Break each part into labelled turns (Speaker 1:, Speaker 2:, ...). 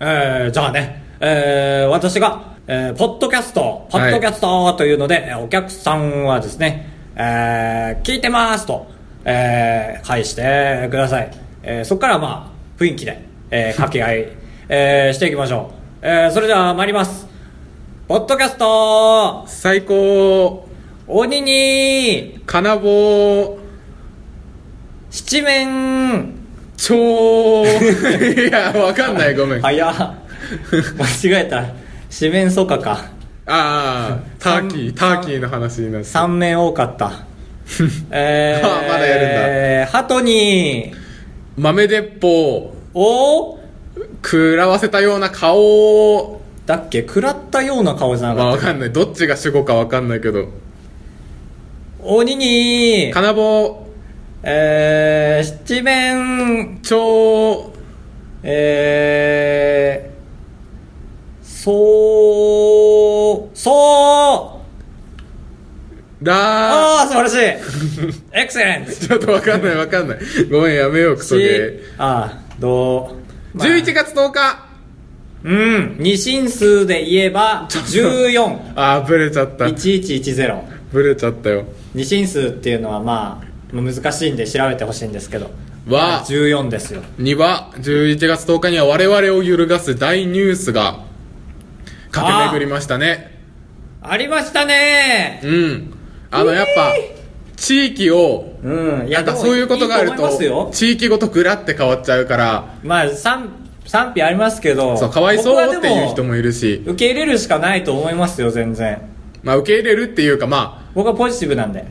Speaker 1: えー、じゃあね、えー、私が、えー、ポッドキャスト、ポッドキャストというので、えーお客さんはですね、えー、聞いてますと、えー、返してください。えー、そこからまあ、雰囲気で、えー、掛け合い、えー、していきましょう。えー、それでは参ります。ポッドキャスト
Speaker 2: 最高
Speaker 1: 鬼に
Speaker 2: 金棒
Speaker 1: 七面
Speaker 2: 超いやわかんないごめんあ
Speaker 1: 早っ間違えた四面楚歌か
Speaker 2: あーターキーターキーの話になる
Speaker 1: 三面多かっ たえ
Speaker 2: あまだや
Speaker 1: るんだ鳩に
Speaker 2: 豆鉄砲
Speaker 1: お
Speaker 2: 食らわせたような顔
Speaker 1: だっけ食らったような顔じゃな
Speaker 2: ま
Speaker 1: か
Speaker 2: あわ
Speaker 1: った
Speaker 2: かんないどっちが主語かわかんないけど
Speaker 1: 鬼に
Speaker 2: 金棒
Speaker 1: えー、七面
Speaker 2: 超
Speaker 1: えー、そうそう
Speaker 2: ら
Speaker 1: ああ素晴らし いエクセレント
Speaker 2: ちょっとわかんないわかんないごめんやめようクソゲー
Speaker 1: ああどう、まあ
Speaker 2: 11月10日
Speaker 1: うん二進数で言えば141110
Speaker 2: あーブレちゃったブレちゃったよ
Speaker 1: 二進数っていうのはまあまあ難しいんで調べてほしいんですけど
Speaker 2: わ
Speaker 1: 14ですよ
Speaker 2: 2は11月10日には我々を揺るがす大ニュースが駆け巡りましたね
Speaker 1: ありましたね
Speaker 2: うんあのやっぱ地域を
Speaker 1: うんい
Speaker 2: なんか
Speaker 1: でも
Speaker 2: そういうことがある
Speaker 1: いい思います
Speaker 2: と
Speaker 1: よ
Speaker 2: 地域ごとグラって変わっちゃうから
Speaker 1: まあ賛賛否ありますけど
Speaker 2: そうかわいそうっていう
Speaker 1: 僕はで
Speaker 2: 人もいるし
Speaker 1: 受け入れるしかないと思いますよ全然
Speaker 2: まあ受け入れるっていうかまあ
Speaker 1: 僕はポジティブなんで、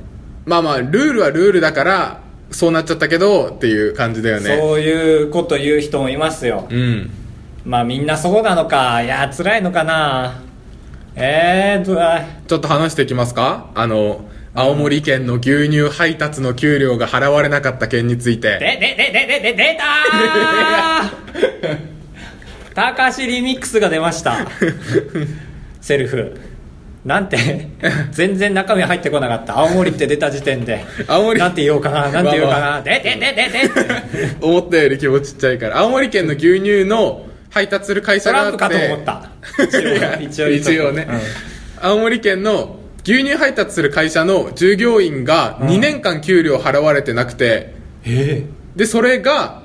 Speaker 2: まあまあルールはルールだからそうなっちゃったけどっていう感じだよね
Speaker 1: そういうこと言う人もいますよ
Speaker 2: うん
Speaker 1: まあみんなそうなのかいや辛いのかなえー、どあ
Speaker 2: ちょっと話していきますかあの青森県の牛乳配達の給料が払われなかった件につい
Speaker 1: で、
Speaker 2: て
Speaker 1: で、で、で、で、で、出たー たかしリミックスが出ました。セルフ。なんて、全然中身入ってこなかった。青森って出た時点で。
Speaker 2: 青森
Speaker 1: なんて言おうかな、なんて言おうか
Speaker 2: ま
Speaker 1: な。で、で、で、で、で。
Speaker 2: 思ったより気持ちっちゃいから青森県の牛乳の配達する会
Speaker 1: ト
Speaker 2: 社があ
Speaker 1: ラ
Speaker 2: っ
Speaker 1: ンプ
Speaker 2: て
Speaker 1: かと思っ た。
Speaker 2: いや
Speaker 1: 一応、一応。
Speaker 2: 一応ね、青森県の牛乳配達する会社の従業員が2年間給料払われてなくて、
Speaker 1: え
Speaker 2: でそれが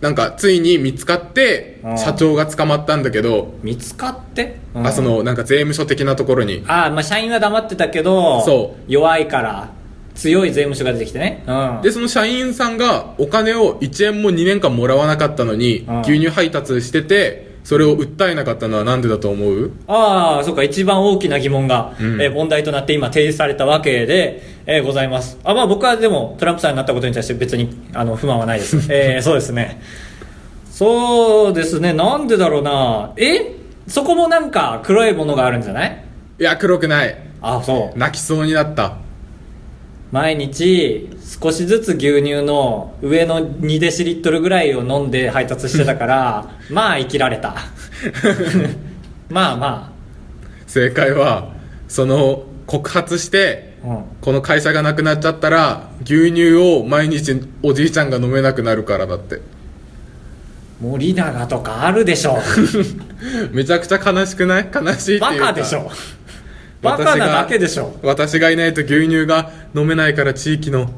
Speaker 2: なんかついに見つかって
Speaker 1: うん
Speaker 2: 社長が捕まったんだけど、
Speaker 1: 見つかって、
Speaker 2: あそのなんか税務署的なところに
Speaker 1: あーまあ社員は黙ってたけど、。
Speaker 2: そう
Speaker 1: 弱いから、強い税務署が出てきてね。うん。
Speaker 2: でその社員さんがお金を1円も2年間もらわなかったのに、
Speaker 1: うん
Speaker 2: 牛乳配達しててそれを訴えなかったのはなんでだと思う
Speaker 1: ああ、そうか、一番大きな疑問が、
Speaker 2: うん
Speaker 1: えー問題となって今提示されたわけで、えーございます。あ、まあ僕はでもトランプさんになったことに対して別にあの不満はないです。 えーそうですね。そうですね、なんでだろうな。えそこもなんか黒いものがあるんじゃない
Speaker 2: いや黒くない
Speaker 1: あ、そう。
Speaker 2: 泣きそうになった
Speaker 1: 毎日少しずつ牛乳の上の2デシリットルぐらいを飲んで配達してた から、まあ生きられた。まあま
Speaker 2: 正解はその告発して
Speaker 1: あ。うん。
Speaker 2: この会社がなくなっちゃったら牛乳を毎日おじいちゃんが飲めなくなるからだって
Speaker 1: 森永とかあるでしょ。
Speaker 2: めちゃくちゃ悲しくない悲しいって
Speaker 1: バ
Speaker 2: いうか
Speaker 1: カでしょバカなだけでしょ
Speaker 2: 私がいないと牛乳が飲めないから地域の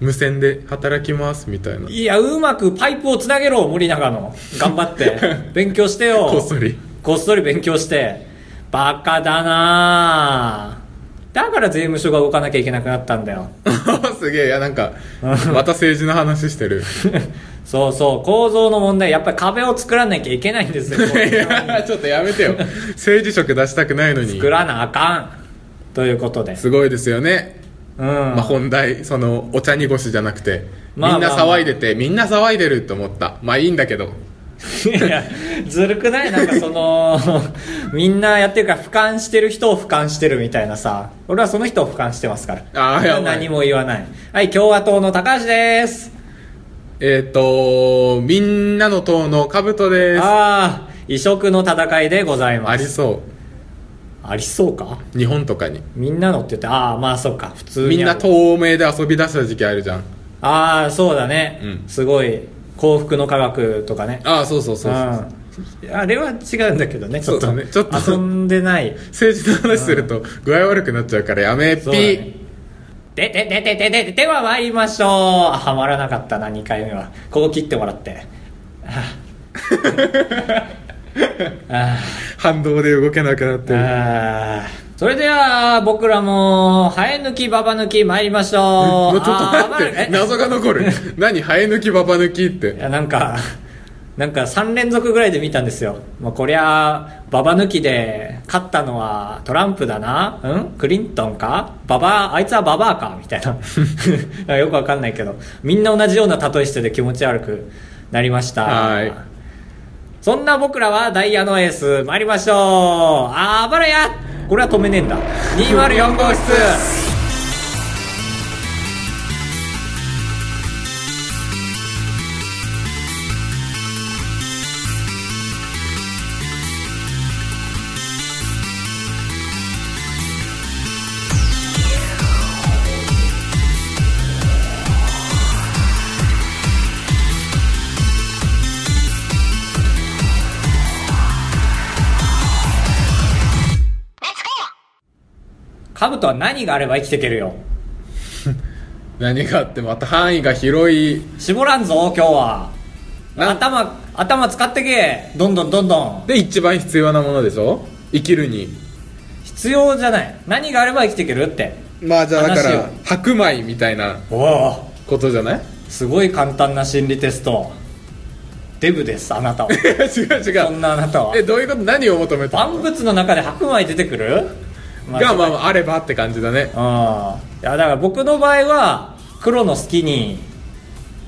Speaker 2: 無線で働きますみたいない
Speaker 1: やうまくパイプをつなげろ森永の頑張って 勉強してよ
Speaker 2: こっそり
Speaker 1: こっそり勉強してバカだなあだから税務署が動かなきゃいけなくなったんだよ
Speaker 2: すげえいやなんか また政治の話してる
Speaker 1: そうそう構造の問題やっぱり壁を作らなきゃいけないんです よ
Speaker 2: いやちょっとやめてよ政治色出したくないのに
Speaker 1: 作らなあかんということです
Speaker 2: ごいですよね
Speaker 1: うん、
Speaker 2: まあ、本題そのお茶にごしじゃなくてみ
Speaker 1: まあ
Speaker 2: んな
Speaker 1: まあまあ
Speaker 2: 騒いでてみんな騒いでると思ったまあいいんだけど
Speaker 1: いやずるくないなんかそのみんなやってるから俯瞰してる人を俯瞰してるみたいなさ俺はその人を俯瞰してますから
Speaker 2: あーやばい
Speaker 1: 何も言わないはい共和党の高橋です
Speaker 2: えっ、とみんなの党の兜ですあ
Speaker 1: ああ異色の戦いでございます
Speaker 2: りそ
Speaker 1: ありそうか
Speaker 2: う日本とかに
Speaker 1: みんなのって言ってああまあそうか普通に
Speaker 2: みんな
Speaker 1: ある
Speaker 2: 透明で遊び出した時期あるじゃん
Speaker 1: ああそうだね、
Speaker 2: うん
Speaker 1: すごい幸福の科学とかね
Speaker 2: ああそうそうそうそう
Speaker 1: うんあれは違うんだけどねちょっと
Speaker 2: そうだねちょっと
Speaker 1: 遊んでない
Speaker 2: 政治の話すると具合悪くなっちゃうからやめっぴ、
Speaker 1: そうだねででででででででは参りましょうあはまらなかったな2回目はここ切ってもらってあああ
Speaker 2: 反動で動けなくなって
Speaker 1: あ
Speaker 2: る
Speaker 1: ああそれでは僕らも生え抜きババ抜き参りましょう
Speaker 2: もうちょっと
Speaker 1: あー
Speaker 2: 待っ
Speaker 1: まあえ
Speaker 2: て謎が残る何生え抜きババ抜きっ
Speaker 1: い
Speaker 2: て
Speaker 1: やなんか なんか3連続ぐらいで見たんですよ、まあ、こりゃババ抜きで勝ったのはトランプだなうんクリントンかババアあいつはババアかみたいななん かよくわかんないけどみんな同じような例えしてて気持ち悪くなりました
Speaker 2: はい
Speaker 1: そんな僕らはダイヤのエース参りましょうあばらやこれは止めねえ んだ204号室カブトは何があれば生きていけるよ
Speaker 2: 何があってまた範囲が広い
Speaker 1: 絞らんぞ今日は
Speaker 2: なん
Speaker 1: 頭頭使ってけどんどんどんどん
Speaker 2: で一番必要なものでしょ生きるに
Speaker 1: 必要じゃない何があれば生きていけるって
Speaker 2: まあじゃあだか
Speaker 1: 話
Speaker 2: ら
Speaker 1: を
Speaker 2: 白米みたいな
Speaker 1: おお
Speaker 2: ことじゃない
Speaker 1: すごい簡単な心理テストデブですあなたは
Speaker 2: いや違う違
Speaker 1: そん
Speaker 2: う
Speaker 1: なあなたは
Speaker 2: えどういうこと何を求めた
Speaker 1: 万物の中で白米出てくるま
Speaker 2: がまああればって感じだね
Speaker 1: あうんいやだから僕の場合は黒のスキニ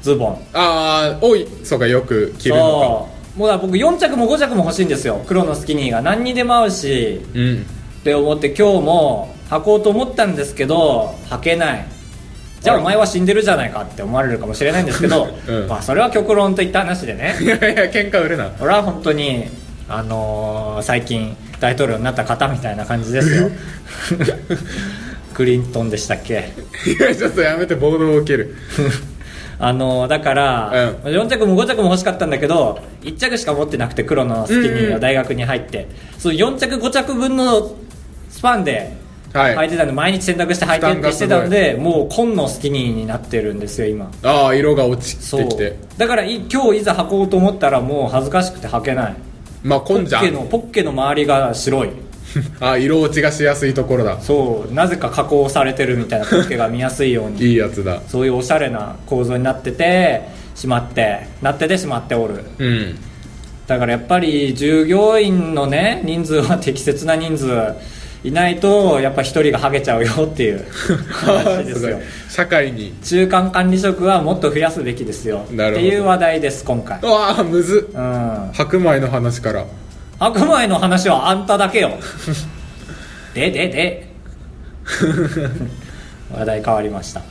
Speaker 1: ーズボン
Speaker 2: ああ多いそうかよく着るの
Speaker 1: そうもうだから僕4着も5着も欲しいんですよ黒のスキニーが何にでも合うし
Speaker 2: かうん
Speaker 1: って思って今日も履こうと思ったんですけど履けないじゃあ
Speaker 2: あら
Speaker 1: お前は死んでるじゃないかって思われるかもしれないんですけど、
Speaker 2: うん
Speaker 1: まあそれは極論といった話でね
Speaker 2: いやいや喧嘩売るな
Speaker 1: 俺は本当にあのー最近大統領になった方みたいな感じですよクリントンでしたっけ
Speaker 2: いやちょっとやめて暴動を受ける
Speaker 1: あのーだから、
Speaker 2: うん
Speaker 1: 4着も5着も欲しかったんだけど1着しか持ってなくて黒のスキニーが大学に入って、そう4着5着分のスパンで
Speaker 2: はい、
Speaker 1: 履いてたんで毎日洗濯して履いてってしてたんでもう紺のスキニーになってるんですよ今
Speaker 2: ああ色が落ち
Speaker 1: そ
Speaker 2: て
Speaker 1: う
Speaker 2: きて
Speaker 1: だからい今日いざ履こうと思ったらもう恥ずかしくて履けない
Speaker 2: まあ
Speaker 1: ポ
Speaker 2: 混んじ
Speaker 1: ッ
Speaker 2: ゃ
Speaker 1: ケ
Speaker 2: ん
Speaker 1: のポッケの周りが白い
Speaker 2: ああ色落ちがしやすいところだ
Speaker 1: そうなぜか加工されてるみたいなポッケが見やすいように
Speaker 2: いいやつだ
Speaker 1: そういうおしゃれな構造になっててしまってなっててしまっておる
Speaker 2: うん
Speaker 1: だからやっぱり従業員のね人数は適切な人数いないとやっぱ一人がハゲちゃうよっていう話 です
Speaker 2: すご
Speaker 1: よ
Speaker 2: い社会に
Speaker 1: 中間管理職はもっと増やすべきですよって
Speaker 2: なるほど
Speaker 1: いう話題です今回
Speaker 2: うわあむずっ
Speaker 1: うん
Speaker 2: 白米の話から
Speaker 1: 白米の話はあんただ けよででで話題変わりました
Speaker 2: い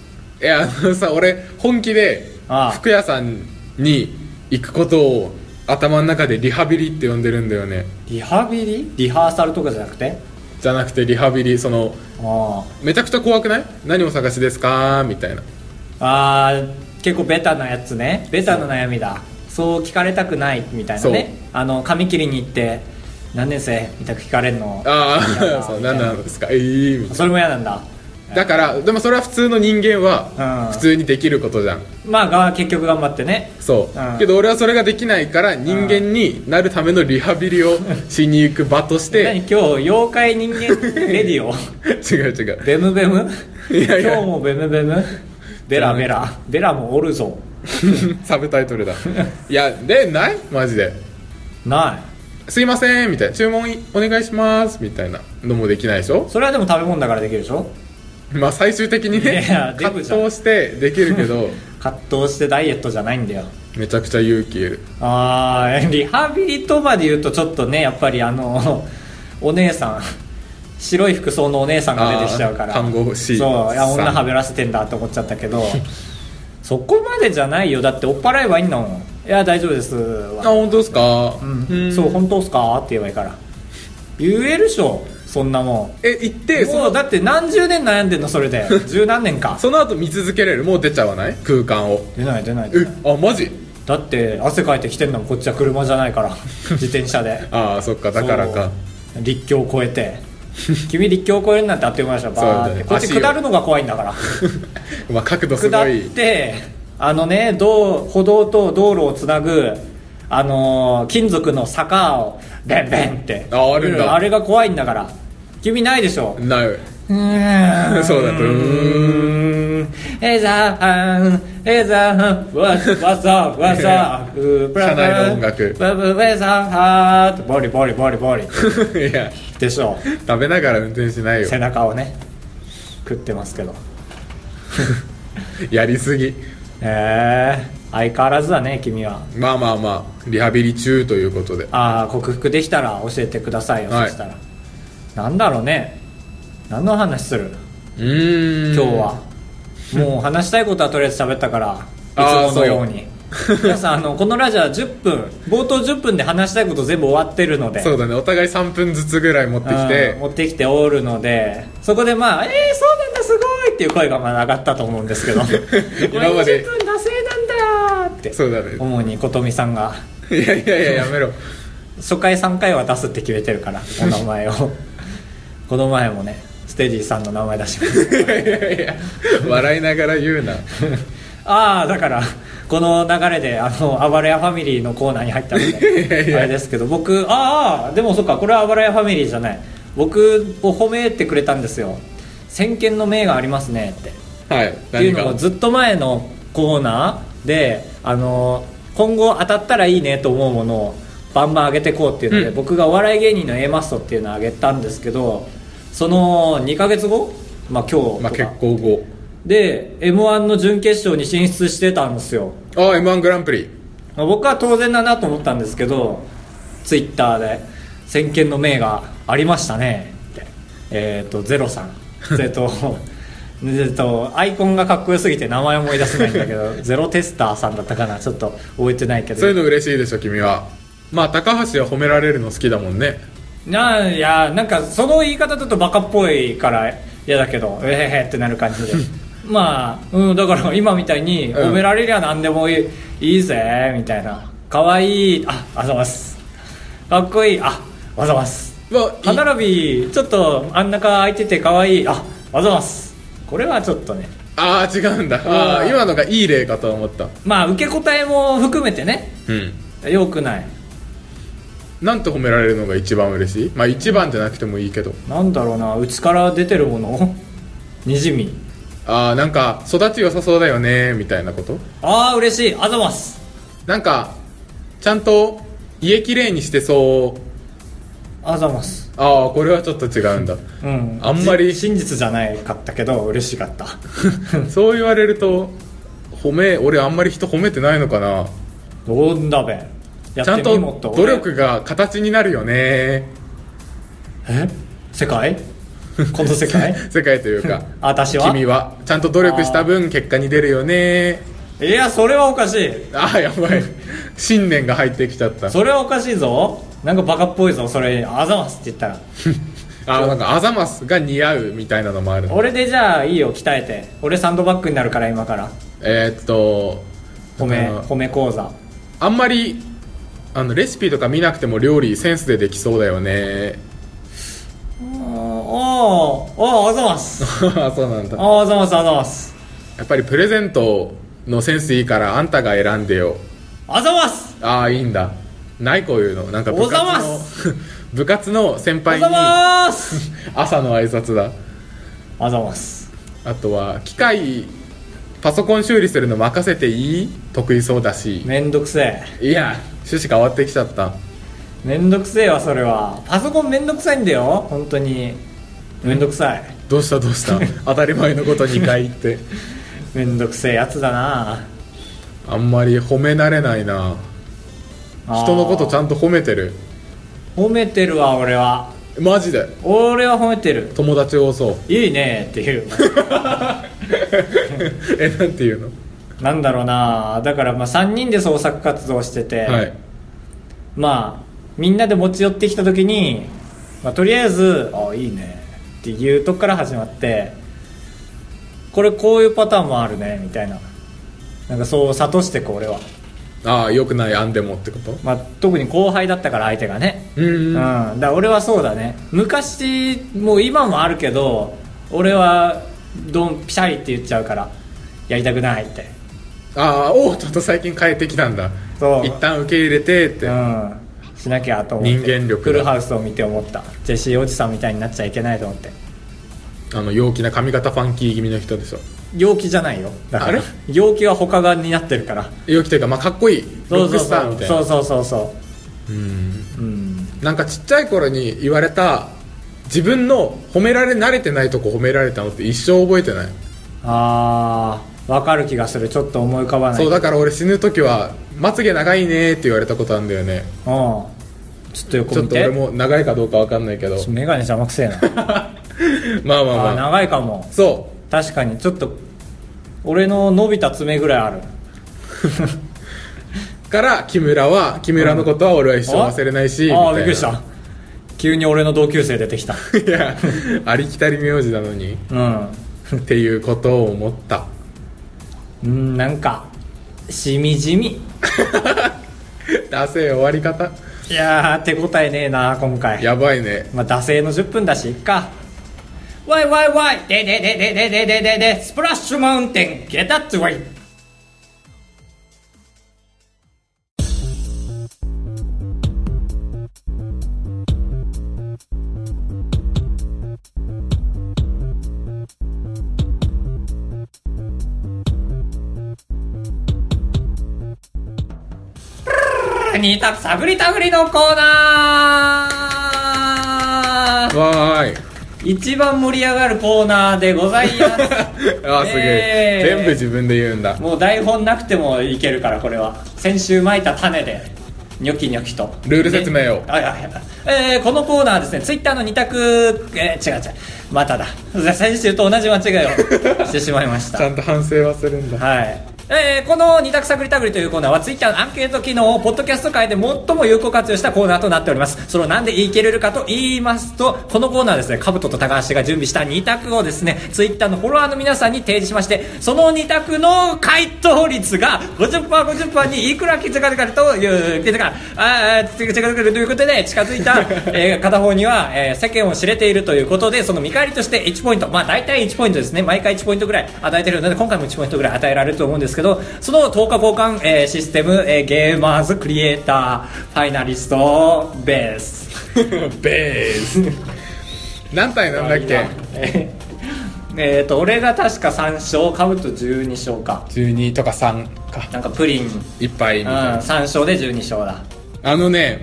Speaker 2: やあのさ俺本気で
Speaker 1: ああ
Speaker 2: 服屋さんに行くことを頭の中でリハビリって呼んでるんだよね
Speaker 1: リハビリリハーサルとかじゃなくて
Speaker 2: じゃなくてリハビリその
Speaker 1: あ
Speaker 2: めちゃくちゃ怖くない何を探しですかみたいな
Speaker 1: ああー結構ベタなやつねベタな悩みだそう聞かれたくないみたいなねあの髪切りに行って何年生みたいな聞かれるの
Speaker 2: あ
Speaker 1: 嫌だ
Speaker 2: あそう何なんですかええみたい
Speaker 1: それも嫌なんだ
Speaker 2: なだからでもそれは普通の人間
Speaker 1: うん
Speaker 2: は普通にできることじゃん
Speaker 1: まあが結局頑張ってね
Speaker 2: そう、
Speaker 1: うん
Speaker 2: けど俺はそれができないから人間になるためのリハビリをしに行く場とし
Speaker 1: 何
Speaker 2: て
Speaker 1: 今日妖怪 人間レディオ
Speaker 2: 違う 違う
Speaker 1: ベムベム
Speaker 2: いやいや
Speaker 1: 今日もベムベムベラベラベラもおるぞ
Speaker 2: サブタイトルだいやでないマジで
Speaker 1: な
Speaker 2: すいませんみたいな注文いお願いしますみたいなのもできないでしょ
Speaker 1: いそれはでも食べ物だからできるでしょ
Speaker 2: まあ最終的にね
Speaker 1: いやデ
Speaker 2: 葛
Speaker 1: ブ
Speaker 2: 藤
Speaker 1: じゃん
Speaker 2: してできるけ ど
Speaker 1: 葛藤してダイエットじゃないんだよ
Speaker 2: めちゃくちゃ勇気いる
Speaker 1: あーリハビリとまで言うとちょっとねやっぱりあのお姉さん白い服装のお姉さんが出てきちゃうから
Speaker 2: あー看護師
Speaker 1: そういや
Speaker 2: さん
Speaker 1: 女はべらせてんだと思っちゃったけど そこまでじゃないよだって追っ払えばいいんだもんいや大丈夫です
Speaker 2: あ
Speaker 1: は
Speaker 2: 本当ですか
Speaker 1: うん、そう本当っすかって言えばいいから言えるでしょそんなもん
Speaker 2: え行ってそ
Speaker 1: もう
Speaker 2: の
Speaker 1: だって何十年悩んでんのそれ で十何年か
Speaker 2: その後見続けれるもう出ちゃわない空間を
Speaker 1: 出ない出ない
Speaker 2: え
Speaker 1: 出ない
Speaker 2: あマジ
Speaker 1: だって汗かいてきてるのもこっちは車じゃないから自転車で
Speaker 2: ああそっかだからか
Speaker 1: そう立教を越え て君立教を越えるなんてあっという間でした
Speaker 2: そうだ
Speaker 1: バーっ
Speaker 2: ね
Speaker 1: てこっち
Speaker 2: 足を
Speaker 1: 下るのが怖いんだから
Speaker 2: まあ角度す
Speaker 1: 下
Speaker 2: ご
Speaker 1: っ
Speaker 2: い
Speaker 1: てあのね道歩道と道路をつなぐあのー金属の坂をベンベンって
Speaker 2: ああるんだ
Speaker 1: うあれが怖いんだから君ないでし ょ
Speaker 2: ないう
Speaker 1: ーん
Speaker 2: そうだったう
Speaker 1: ーんエザーエザーワッワッサーワッサー
Speaker 2: 車内の音楽
Speaker 1: ブブブエザーハートボリボリボリボリ
Speaker 2: いや
Speaker 1: でしょう
Speaker 2: 食べながら運転しないよ
Speaker 1: 背中をね食ってますけど
Speaker 2: やりすぎ
Speaker 1: えー、相変わらずだね君は
Speaker 2: まあまあまあリハビリ中ということで
Speaker 1: ああ克服できたら教えてくださいよ、
Speaker 2: はい
Speaker 1: そしたらなんだろうね何の話する
Speaker 2: うーん
Speaker 1: 今日は、もう話したいことはとりあえず喋ったから
Speaker 2: あー
Speaker 1: いつものように 皆さんあのこのラジオは10分冒頭10分で話したいこと全部終わってるので
Speaker 2: そうだねお互い3分ずつぐらい持ってき
Speaker 1: う
Speaker 2: て
Speaker 1: ん持ってきておるのでそこでまあ「えー、そうなんだすごい!」っていう声がまあ上がったと思うんですけど
Speaker 2: 今
Speaker 1: これ20分惰性なん
Speaker 2: まで
Speaker 1: だーって
Speaker 2: そうだね
Speaker 1: 主に琴美さんが
Speaker 2: いやいやいややめろ
Speaker 1: 初回3回は出すって決めてる からお名前をこの前もねステディさんの名前出しました
Speaker 2: いやいやいや笑いながら言うな
Speaker 1: ああだからこの流れであの暴れ屋ファミリーのコーナーに入ったの
Speaker 2: いやい
Speaker 1: で
Speaker 2: や
Speaker 1: あれですけど僕ああでもそっかこれは暴れ屋ファミリーじゃない僕を褒めてくれたんですよ「先見の明がありますね」って
Speaker 2: はい
Speaker 1: っていう
Speaker 2: 何
Speaker 1: の
Speaker 2: か
Speaker 1: をずっと前のコーナーであの今後当たったらいいねと思うものをバンバン上げてこうっていうので、
Speaker 2: うん
Speaker 1: 僕がお笑い芸人の A マストっていうのを上げたんですけどその2ヶ月後、まあ、今日とか、
Speaker 2: まあ結構後
Speaker 1: で m 1の準決勝に進出してたんですよ、
Speaker 2: ああ m 1グランプリ
Speaker 1: まあ僕は当然だなと思ったんですけどツイッターで「先見の明がありましたね」ってえっ、とゼロさん えっとえっとアイコンがかっこよすぎて名前思い出せないんだけ どゼロテスターさんだったかなちょっと覚えてないけど
Speaker 2: そういうの嬉しいでしょ君はまあ高橋は褒められるの好きだもんね
Speaker 1: なんいやなんかその言い方だとバカっぽいから嫌だけどえへへってなる感じでまあ、うん、だから今みたいに
Speaker 2: う
Speaker 1: 褒
Speaker 2: ん
Speaker 1: められりゃ何でもいい,、いいぜみたいな可愛いああざますかっこいいあわざます
Speaker 2: わ
Speaker 1: 歯並びちょっとあん中開いてて可愛いあわざますこれはちょっとね
Speaker 2: ああ違うんだああ
Speaker 1: うん
Speaker 2: 今のがいい例かと思った
Speaker 1: まあ受け答えも含めてね
Speaker 2: うん
Speaker 1: よくない
Speaker 2: なんて褒められるのが一番嬉しいまあ一番じゃなくてもいいけど
Speaker 1: なんだろうな内から出てるものにじみ
Speaker 2: ああなんか育ち良さそうだよねみたいなこと
Speaker 1: ああ嬉しいあざます
Speaker 2: なんかちゃんと家きれいにしてそう
Speaker 1: あざます
Speaker 2: ああこれはちょっと違う んだ
Speaker 1: うん
Speaker 2: あんまり
Speaker 1: じ真実じゃないかったけど嬉しかった
Speaker 2: そう言われると褒め俺あんまり人褒めてないのかな
Speaker 1: どんだべや
Speaker 2: ちゃ
Speaker 1: っ
Speaker 2: ん
Speaker 1: てみもっ
Speaker 2: と
Speaker 1: と
Speaker 2: 努力が形になるよ ね
Speaker 1: え世 界この世界
Speaker 2: 世界という か
Speaker 1: 私は
Speaker 2: 君はちゃんと努力した分結果に出るよね
Speaker 1: いやそれはおかしい
Speaker 2: ああやば い信念が入ってきちゃった
Speaker 1: それはおかしいぞなんかバカっぽいぞそれあざますって言ったら
Speaker 2: ああなんかあざますが似合うみたいなのもある
Speaker 1: 俺でじゃあいいよ鍛えて俺サンドバッグになるから今から
Speaker 2: えーっと
Speaker 1: 褒め
Speaker 2: あの
Speaker 1: 褒め講座
Speaker 2: あんまりあのレシピとか見なくても料理センスでできそうだよね
Speaker 1: おーおーあざ ます
Speaker 2: ああそうなんだ
Speaker 1: あーあざますあざます
Speaker 2: やっぱりプレゼントのセンスいいからあんたが選んでよ
Speaker 1: あざます
Speaker 2: ああいいんだないこういうのなんか部活
Speaker 1: おざま
Speaker 2: の 部活の
Speaker 1: あ
Speaker 2: 先輩に
Speaker 1: ざまーす
Speaker 2: 朝の挨拶だ
Speaker 1: あざます
Speaker 2: あとは機械パソコン修理するの任せていい得意そうだし
Speaker 1: めんどくせえ
Speaker 2: いや趣旨変わってきちゃった
Speaker 1: めんどくせえわそれはパソコンめんどくさいんだよ本当にめんどくさい
Speaker 2: どうしたどう した当たり前のこと2回言って
Speaker 1: めんどくせえやつだな
Speaker 2: あんまり褒め慣れないな人のことち
Speaker 1: ゃ
Speaker 2: ゃんと褒めてる
Speaker 1: 褒めてるわ俺は
Speaker 2: マジで
Speaker 1: 俺は褒めてる
Speaker 2: 友達 多そう
Speaker 1: いいねって いう
Speaker 2: えなんていうの
Speaker 1: なんだろうなだからまあ3人で創作活動してて、
Speaker 2: はい
Speaker 1: まあみんなで持ち寄ってきた時に、まあ、とりあえず「あいいね」っていうとこから始まってこれこういうパターンもあるねみたいななんかそう諭してく俺は
Speaker 2: ああよくない案でもってこと
Speaker 1: まあ、特に後輩だったから相手がね
Speaker 2: うん
Speaker 1: う、
Speaker 2: うんん
Speaker 1: だから俺はそうだね昔もう今もあるけど俺はドンピシャリって言っちゃうからやりたくないって
Speaker 2: ああおうちょっと最近変えてきたんだ
Speaker 1: そう
Speaker 2: 一旦受け入れてって、
Speaker 1: うんしなきゃと思って
Speaker 2: 人間力だ
Speaker 1: フルハウスを見て思ったジェシーおじさんみたいになっちゃいけないと思って
Speaker 2: あの陽気な髪型ファンキー気味の人でしょ
Speaker 1: 陽気じゃないよだか
Speaker 2: あ
Speaker 1: ら
Speaker 2: れ
Speaker 1: 陽気は他が担ってるから
Speaker 2: 陽気というか、まあ、かっこいい
Speaker 1: そう
Speaker 2: ロッ
Speaker 1: そ
Speaker 2: ク
Speaker 1: う
Speaker 2: スタ
Speaker 1: そ
Speaker 2: ーみ
Speaker 1: う
Speaker 2: たい
Speaker 1: そ
Speaker 2: な
Speaker 1: うそうそうそ
Speaker 2: うん
Speaker 1: ううん
Speaker 2: なんかちっちゃい頃に言われた自分の褒められ慣れてないとこ褒められたのって一生覚えてない、
Speaker 1: ああ分かる気がするちょっと思い浮かばない
Speaker 2: そうだから俺死ぬ時は「まつげ長いね」って言われたことあるんだよね
Speaker 1: うんちょっと横
Speaker 2: ちょっ
Speaker 1: 見
Speaker 2: と
Speaker 1: て
Speaker 2: 俺も長いかどうかわかんないけど
Speaker 1: 眼鏡邪魔くせえな
Speaker 2: まあま
Speaker 1: あ
Speaker 2: あ
Speaker 1: ー
Speaker 2: まあ
Speaker 1: 長いかも
Speaker 2: そ
Speaker 1: 確かにちょっと俺の伸びた爪ぐらいある
Speaker 2: うから木村は木村のことは俺 は一生忘れないし、
Speaker 1: ああび
Speaker 2: み
Speaker 1: っ
Speaker 2: いな
Speaker 1: くりした急に俺の同級生出てきた
Speaker 2: いやありきたり名字なのに
Speaker 1: うん
Speaker 2: っていうことを思った
Speaker 1: うんなんかしみじみ
Speaker 2: ダセえ終わり方
Speaker 1: いやー手応えねえな今回
Speaker 2: やばいね
Speaker 1: まあ惰性の10分だしいっかわいわいわいでででででででででスプラッシュマウンテンゲタッツウェイにた探り探りのコーナー
Speaker 2: わーい
Speaker 1: 一番盛り上がるコーナーでございま
Speaker 2: あーすげ
Speaker 1: え
Speaker 2: え
Speaker 1: ー
Speaker 2: 全部自分で言うんだ
Speaker 1: すもう台本なくてもいけるからこれは先週まいた種でニョキニョキと
Speaker 2: ルール説明を
Speaker 1: あいやいやえーこのコーナーはですねツイッターの二択、えー違う違うまただ先週と同じ間違いをしてしまいまし た
Speaker 2: ちゃんと反省はするんだ
Speaker 1: はい。えーこの二択探り探りというコーナーはツイッターのアンケート機能をポッドキャスト界で最も有効活用したコーナーとなっておりますそれをなんで言い切れるかと言いますとこのコーナーはですねカブトと高橋が準備した二択をですねツイッターのフォロワーの皆さんに提示しましてその二択の回答率が 50%50% にいくら気づかれかという気づかあー近づかれるということで近づいた、えー片方には、えー世間を知れているということでその見返りとして1ポイントまあ大体1ポイントですね毎回1ポイントぐらい与えてるので今回も1ポイントぐらい与えられると思うんですけどその10日交換、えーシステム、えーゲーマーズクリエイターファイナリストベース
Speaker 2: ベース何体なんだっけ
Speaker 1: えーえーと俺が確か3勝カブと12勝か
Speaker 2: 12とか3か
Speaker 1: なんかプリン、うん、
Speaker 2: いっぱいみた
Speaker 1: 3
Speaker 2: いな
Speaker 1: 勝で12勝だ
Speaker 2: あのね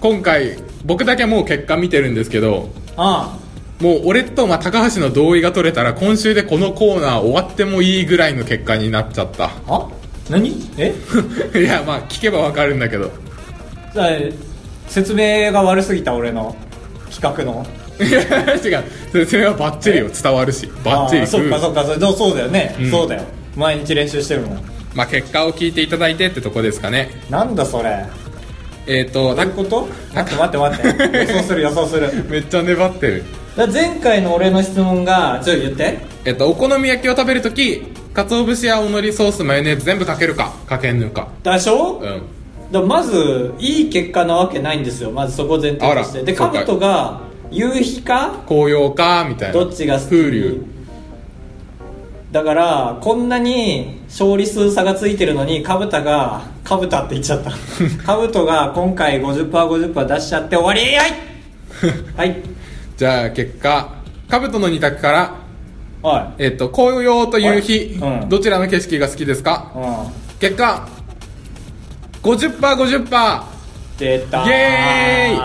Speaker 2: 今回僕だけもう結果見てるんですけど
Speaker 1: あ
Speaker 2: もう俺とまあ高橋の同意が取れたら今週でこのコーナー終わってもいいぐらいの結果になっちゃった
Speaker 1: ああ何え
Speaker 2: いやまあ聞けばわかるんだけど
Speaker 1: じゃあ説明が悪すぎた俺の企画の
Speaker 2: いや違う説明はバッチリよ伝わるしバッチ
Speaker 1: あー
Speaker 2: リ
Speaker 1: そっか
Speaker 2: うん
Speaker 1: そっかそれそうそうだよね、
Speaker 2: うん
Speaker 1: そうだよ毎日練習してるもん
Speaker 2: まあ結果を聞いていただいてってとこですかね
Speaker 1: なんだそれ
Speaker 2: えっ、と
Speaker 1: どういうこと待って待って待 って予想する予想する
Speaker 2: めっちゃ粘ってる
Speaker 1: だ前回の俺の質問がちょっと言って
Speaker 2: えっとお好み焼きを食べるとき鰹節やおのりソースマヨネーズ全部かけるかかけんぬか
Speaker 1: だしょ、
Speaker 2: う
Speaker 1: だか
Speaker 2: ん
Speaker 1: らまずいい結果なわけないんですよまずそこ前提とし
Speaker 2: あ
Speaker 1: て
Speaker 2: ら
Speaker 1: で
Speaker 2: そ
Speaker 1: カ
Speaker 2: うか
Speaker 1: ブトが夕日か
Speaker 2: 紅葉かみたいな
Speaker 1: どっちが好き
Speaker 2: 風流
Speaker 1: だからこんなに勝利数差がついてるのにカブタがカブタって言っちゃ ったカブトが今回 50%50% 出しちゃって終わりはいはい
Speaker 2: じゃあ結果兜の二択から
Speaker 1: おい
Speaker 2: えっと紅葉と夕日、
Speaker 1: はいうん
Speaker 2: どちらの景色が好きですか
Speaker 1: う
Speaker 2: 結果
Speaker 1: ん
Speaker 2: 50%50%
Speaker 1: 出た
Speaker 2: イエ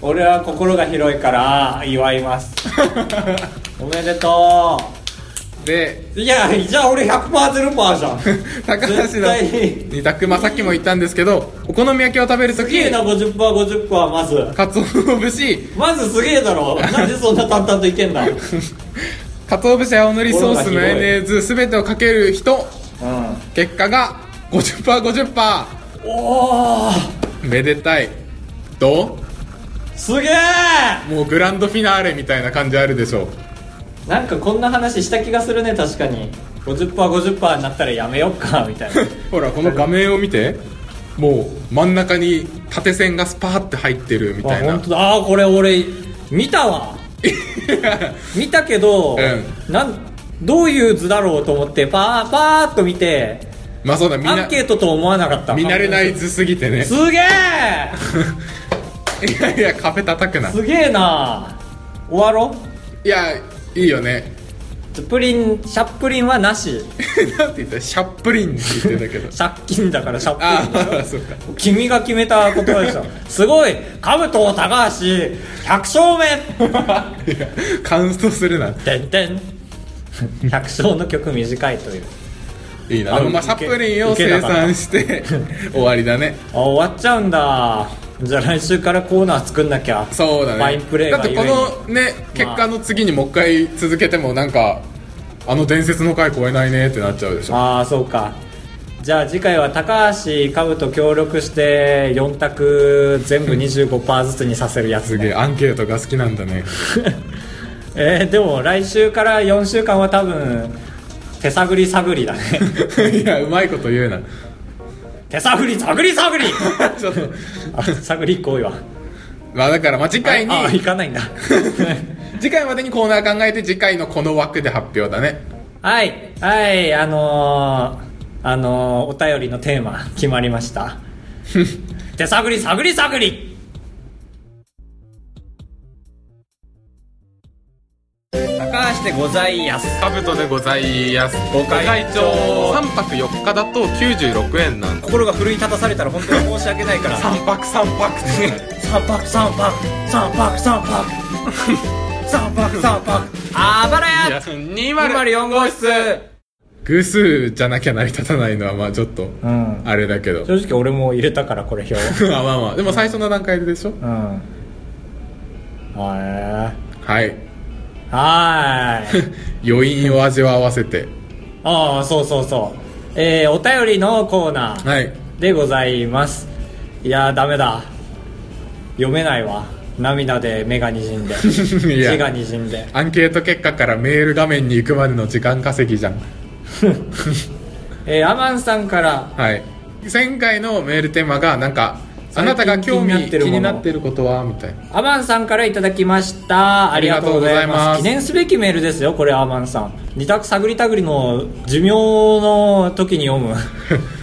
Speaker 1: 俺は心が広いから祝います おめでと
Speaker 2: で
Speaker 1: ういやじゃあ俺100%ゼロパーじゃ ん
Speaker 2: 高橋
Speaker 1: 絶
Speaker 2: の
Speaker 1: 対
Speaker 2: 二択まあさっきも言ったんですけどお好み焼きを食べると
Speaker 1: す
Speaker 2: き
Speaker 1: げえな 50%50% まず
Speaker 2: かつお節
Speaker 1: まずすげえだろなんでそんな淡々といけん だうん
Speaker 2: かつお節青のりソースマヨネーズ全てをかける人結果が 50%50%
Speaker 1: おお
Speaker 2: めでたいど
Speaker 1: すげえ
Speaker 2: うもうグランドフィナーレみたいな感じあるでしょ
Speaker 1: なんかこんな話した気がするね確かに50%、50%になったらやめよっか、みた いな。
Speaker 2: ほらこの画面を見てもう真ん中に縦線がスパーって入ってるみたい
Speaker 1: あ
Speaker 2: な
Speaker 1: 本当だあーこれ俺見たわ見たけど、
Speaker 2: う
Speaker 1: なんどういう図だろうと思ってパーパーっと見て
Speaker 2: まあそうだみん
Speaker 1: ア
Speaker 2: な
Speaker 1: ンケートと思わなかった
Speaker 2: 見慣れない図すぎてね
Speaker 1: すげえ
Speaker 2: いやいや壁叩くな
Speaker 1: すげえな終わろ
Speaker 2: いやいいよね
Speaker 1: ちょプリンシャップリンはなし
Speaker 2: なんて言ったシャップリンって言って たけど
Speaker 1: 借金だからシャッ
Speaker 2: あ
Speaker 1: プリン
Speaker 2: あそうか
Speaker 1: 君が決めた言葉で したすごい兜高橋100勝 目
Speaker 2: いやカウントするな
Speaker 1: てんてん100勝の曲短いという
Speaker 2: いいな
Speaker 1: あ
Speaker 2: でもまあシャ
Speaker 1: いけ
Speaker 2: ップリンを
Speaker 1: いけな
Speaker 2: 生
Speaker 1: かった
Speaker 2: 産して 終わりだね
Speaker 1: あ終わっちゃうんだじゃあ来週からコーナー作んなきゃ
Speaker 2: そうだね
Speaker 1: ファインプレー
Speaker 2: だっ
Speaker 1: が
Speaker 2: てこのね結果の次にもう一回続けてもなんかあの伝説の回超えないねってなっちゃうでしょ
Speaker 1: ああーそうかじゃあ次回は高橋株と協力して4択全部25%ずつにさせるやつ
Speaker 2: すげ
Speaker 1: ね
Speaker 2: えアンケートが好きなんだね
Speaker 1: えーでも来週から4週間は多分手探り探りだ ね
Speaker 2: いやうまいこと言うな
Speaker 1: 手探り探り探り
Speaker 2: ちょっと
Speaker 1: あ探り行為は
Speaker 2: まあだからまあ次回に
Speaker 1: ああ行か ないんだ
Speaker 2: 次回までにコーナー考えて次回のこの枠で発表だね
Speaker 1: はいはいあのー、あのー、お便りのテーマ決まりました手探り探り探り高橋でございやす
Speaker 2: カブトでございますご会長3泊4日だと96円なん
Speaker 1: 心が奮い立たされたら本当に申し訳ないから
Speaker 2: 3泊3泊って
Speaker 1: 三泊三泊三泊三泊 三泊三泊あばらや
Speaker 2: 204号室偶数じゃなきゃ成り立たないのはまあちょっと
Speaker 1: ん
Speaker 2: あれだけど、
Speaker 1: 正直俺も入れたからこれ表
Speaker 2: まあまあまあでも最初の段階ででしょ
Speaker 1: うんは
Speaker 2: はい
Speaker 1: いはーい
Speaker 2: 余韻を味わわせて
Speaker 1: ああそうそうそうえー、お便りのコーナー
Speaker 2: はい
Speaker 1: でございますいやーダメだ読めないわ涙で目がにじん で
Speaker 2: いや
Speaker 1: 血がにじんで
Speaker 2: アンケート結果からメール画面に行くまでの時間稼ぎじゃん
Speaker 1: えー、アマンさんから
Speaker 2: はい前回のメールテーマがなんかあなたが興味
Speaker 1: 最近気になってる
Speaker 2: 気
Speaker 1: もの
Speaker 2: になってることはみたいな
Speaker 1: アマンさんからいただきましたありがとうございます
Speaker 2: ありがとうございます
Speaker 1: 記念すべきメールですよこれアマンさん二択探り探りの寿命の時に 読む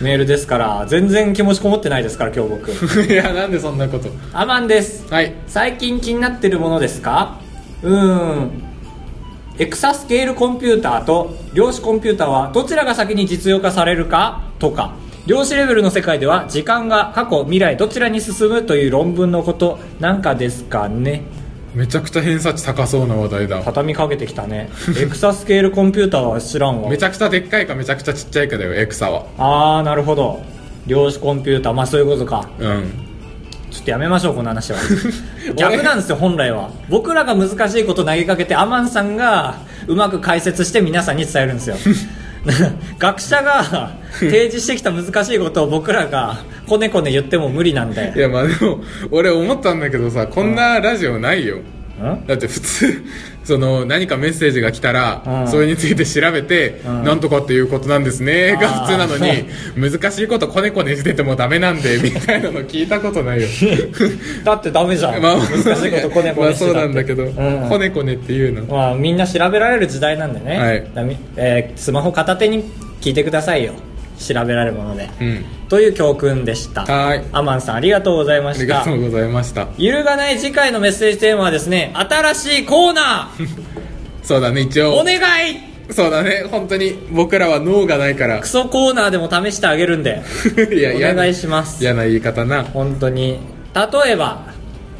Speaker 1: メールですから全然気持ちこもってないですから今日僕
Speaker 2: いやなんでそんなこと
Speaker 1: アマンです
Speaker 2: はい
Speaker 1: 最近気になってるものですかうーんエクサスケールコンピューターと量子コンピューターはどちらが先に実用化されるかとか量子レベルの世界では時間が過去未来どちらに進むという論文のことなんかですかね
Speaker 2: めちゃくちゃ偏差値高そうな話題だ
Speaker 1: 畳みかけてきた ねエクサスケールコンピューターは知らんわ
Speaker 2: めちゃくちゃでっかいかめちゃくちゃちっちゃいかだよエクサは
Speaker 1: ああなるほど量子コンピューターまあそういうことか
Speaker 2: うん
Speaker 1: ちょっとやめましょうこの 話は逆なんですよ本来は僕らが難しいこと投げかけてアマンさんがうまく解説して皆さんに伝えるんですよ 学者が提示してきた難しいことを僕らがこねこね言っても無理なん
Speaker 2: い
Speaker 1: で
Speaker 2: やまあでも俺思ったんだけどさこんなラジオないよ
Speaker 1: ん
Speaker 2: だって普通その何かメッセージが来たら、
Speaker 1: うん
Speaker 2: それについて調べて、
Speaker 1: ん
Speaker 2: なんとかっていうことなんですねが
Speaker 1: あー
Speaker 2: 普通なのに難しいことこねこねしててもダメなん でみたいなの聞いたことないよ
Speaker 1: だってダメじゃん、難しいことこねこ
Speaker 2: まあ
Speaker 1: ねして
Speaker 2: そう
Speaker 1: たって
Speaker 2: なんだけど、
Speaker 1: うん
Speaker 2: こねこねっていうの
Speaker 1: まあ、みんな調べられる時代なんでね、
Speaker 2: はい
Speaker 1: だみえースマホ片手に聞いてくださいよ調べられるもので、
Speaker 2: うん
Speaker 1: という教訓でした
Speaker 2: はーい
Speaker 1: アマンさんありがとうございま
Speaker 2: あり
Speaker 1: し
Speaker 2: が
Speaker 1: た
Speaker 2: とうございました
Speaker 1: 揺るがない次回のメッセージテーマはですね新しいコーナー
Speaker 2: そうだね一
Speaker 1: お
Speaker 2: 応
Speaker 1: 願い
Speaker 2: そうだね本当に僕らは脳がな いから
Speaker 1: クソコーナーでも試してあげるんで
Speaker 2: いや
Speaker 1: お願いし
Speaker 2: ま
Speaker 1: ます
Speaker 2: 嫌な言い方な
Speaker 1: 本当に例えば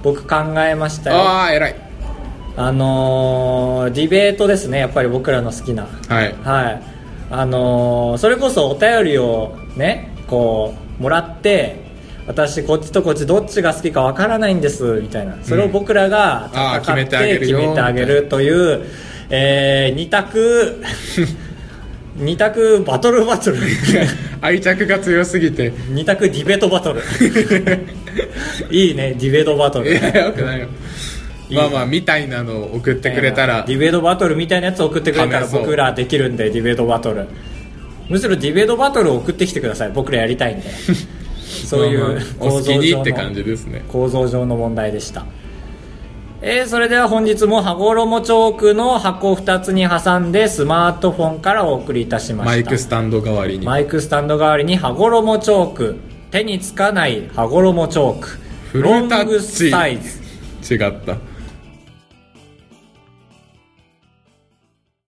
Speaker 1: 僕考えましたよあ
Speaker 2: ああ偉い
Speaker 1: のー、ディベートですねやっぱり僕らの好きな
Speaker 2: はい
Speaker 1: はいあのー、それこそお便りをねこうもらって私こっちとこっちどっちが好きかわからないんですみたいなそれを僕らが
Speaker 2: あー決
Speaker 1: 戦
Speaker 2: め
Speaker 1: って
Speaker 2: てあげる
Speaker 1: 決
Speaker 2: よ
Speaker 1: めてあげるという、えー、二択 二択バトルバ トル
Speaker 2: 愛着が強すぎて
Speaker 1: 二択ディベートバトル いいねディベートバト
Speaker 2: い
Speaker 1: ル
Speaker 2: やよくないよまあまあみたいなのを送ってくれたら、
Speaker 1: ディベートバトルみたいなやつ送ってくれたら
Speaker 2: 試そう
Speaker 1: 僕らできるんでディベートバトルむしろディベートバトルを送ってきてください僕らやりたいん でそうい
Speaker 2: まあま
Speaker 1: う
Speaker 2: あお好きにって感じですね
Speaker 1: 構造上の問題でしたえーそれでは本日も羽衣チョークの箱2つに挟んでスマートフォンからお送りいたしました
Speaker 2: マイクスタンド代わりに
Speaker 1: マイクスタンド代わりに羽衣チョーク手につかない羽衣チョーク
Speaker 2: フルタッチ
Speaker 1: ロングサイズ
Speaker 2: 違った